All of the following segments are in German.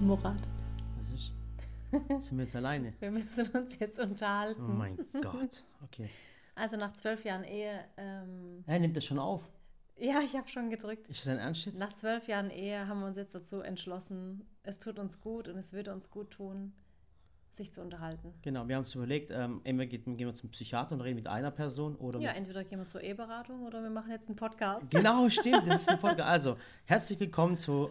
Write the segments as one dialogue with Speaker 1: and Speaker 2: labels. Speaker 1: Murat.
Speaker 2: Was ist? Sind wir jetzt alleine?
Speaker 1: Wir müssen uns jetzt
Speaker 2: Oh
Speaker 1: unterhalten.
Speaker 2: mein Gott. Okay.
Speaker 1: Also nach zwölf Jahren Ehe, ähm,
Speaker 2: Er nimmt das schon auf.
Speaker 1: ja, ich habe schon gedrückt.
Speaker 2: Ist das ein Ernst jetzt?
Speaker 1: Nach zwölf Jahren Ehe haben wir uns jetzt dazu entschlossen, es tut uns gut und es würde uns gut tun, sich zu unterhalten.
Speaker 2: Genau, wir haben uns überlegt, ähm, entweder geht, gehen wir zum Psychiater und reden mit einer Person oder
Speaker 1: Ja,
Speaker 2: mit...
Speaker 1: entweder gehen wir zur Eheberatung oder wir machen jetzt einen Podcast.
Speaker 2: Genau, stimmt, das ist ein Podcast. Also, herzlich willkommen zu...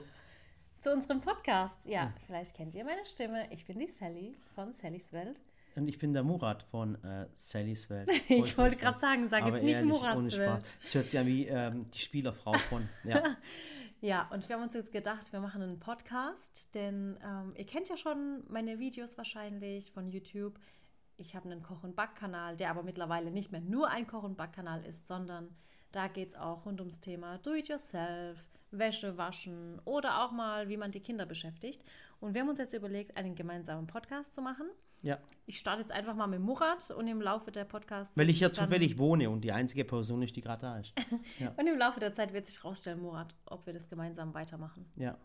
Speaker 1: Zu unserem Podcast. Ja, vielleicht kennt ihr meine Stimme. Ich bin die Sally von Sallys Welt.
Speaker 2: Und ich bin der Murat von äh, Sallys Welt.
Speaker 1: Ich wollte gerade sagen, sag
Speaker 2: Aber
Speaker 1: jetzt nicht
Speaker 2: ehrlich,
Speaker 1: Murats
Speaker 2: ohne Spaß.
Speaker 1: Welt.
Speaker 2: Das hört sich an wie ähm, die Spielerfrau von... Ja,
Speaker 1: Ja, und wir haben uns jetzt gedacht, wir machen einen Podcast, denn ähm, ihr kennt ja schon meine Videos wahrscheinlich von YouTube. Ich habe einen Koch- und Backkanal, der aber mittlerweile nicht mehr nur ein Koch- und Backkanal ist, sondern da geht es auch rund ums Thema Do-it-yourself, Wäsche waschen oder auch mal, wie man die Kinder beschäftigt. Und wir haben uns jetzt überlegt, einen gemeinsamen Podcast zu machen.
Speaker 2: ja.
Speaker 1: Ich starte jetzt einfach mal mit Murat und im Laufe der Podcasts.
Speaker 2: Weil ich ja
Speaker 1: wird sich dann-
Speaker 2: zufällig wohne und die einzige Person ist, die gerade da ist.
Speaker 1: Und im Laufe der Zeit wird sich rausstellen, Murat, ob wir das gemeinsam weitermachen.
Speaker 2: Ja.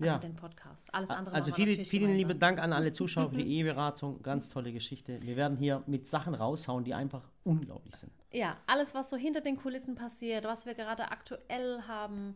Speaker 1: Also
Speaker 2: ja.
Speaker 1: den Podcast. Alles andere
Speaker 2: Also
Speaker 1: machen wir
Speaker 2: viele,
Speaker 1: natürlich
Speaker 2: vielen
Speaker 1: gemeinsam.
Speaker 2: lieben Dank an alle Zuschauer für die Eheberatung. Ganz tolle Geschichte. Wir werden hier mit Sachen raushauen, die einfach unglaublich sind.
Speaker 1: Ja, alles, was so hinter den Kulissen passiert, was wir gerade aktuell haben,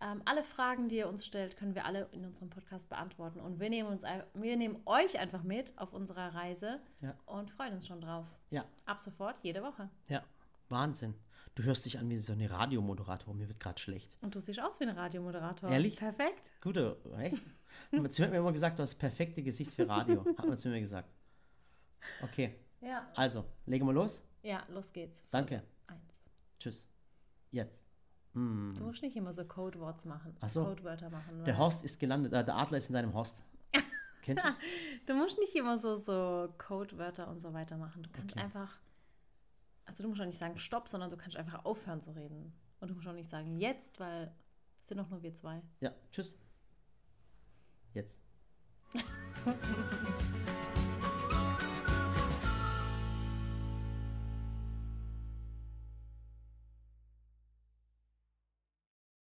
Speaker 1: ähm, alle Fragen, die ihr uns stellt, können wir alle in unserem Podcast beantworten. Und wir nehmen, uns, ein- wir nehmen euch einfach mit auf unserer Reise
Speaker 2: Ja.
Speaker 1: und freuen uns schon drauf.
Speaker 2: Ja,
Speaker 1: Ab sofort, jede Woche.
Speaker 2: ja. Wahnsinn. Du hörst dich an wie so eine Radiomoderatorin. Mir wird gerade schlecht.
Speaker 1: Und du siehst aus wie ein Radiomoderator.
Speaker 2: Ehrlich?
Speaker 1: Perfekt.
Speaker 2: Gute, äh, echt? Man hat zu mir immer gesagt, du hast das perfekte Gesicht für Radio. Hat man zu mir gesagt. Okay,
Speaker 1: Ja.
Speaker 2: also, legen wir los.
Speaker 1: Ja, los geht's.
Speaker 2: Danke.
Speaker 1: Eins.
Speaker 2: Tschüss. Jetzt.
Speaker 1: Du musst nicht immer so Codewords machen.
Speaker 2: Ach so.
Speaker 1: Codewörter machen. ne?
Speaker 2: Der
Speaker 1: weil-
Speaker 2: Horst ist gelandet. Äh, der Adler ist in seinem Horst. Kennst du das?
Speaker 1: Du musst nicht immer so, so Codewörter und so weiter machen. Du kannst
Speaker 2: Okay.
Speaker 1: einfach. Also, du musst auch nicht sagen Stopp, sondern du kannst einfach aufhören zu reden. Und du musst auch nicht sagen jetzt, weil es sind doch nur wir zwei.
Speaker 2: Ja, tschüss. Jetzt.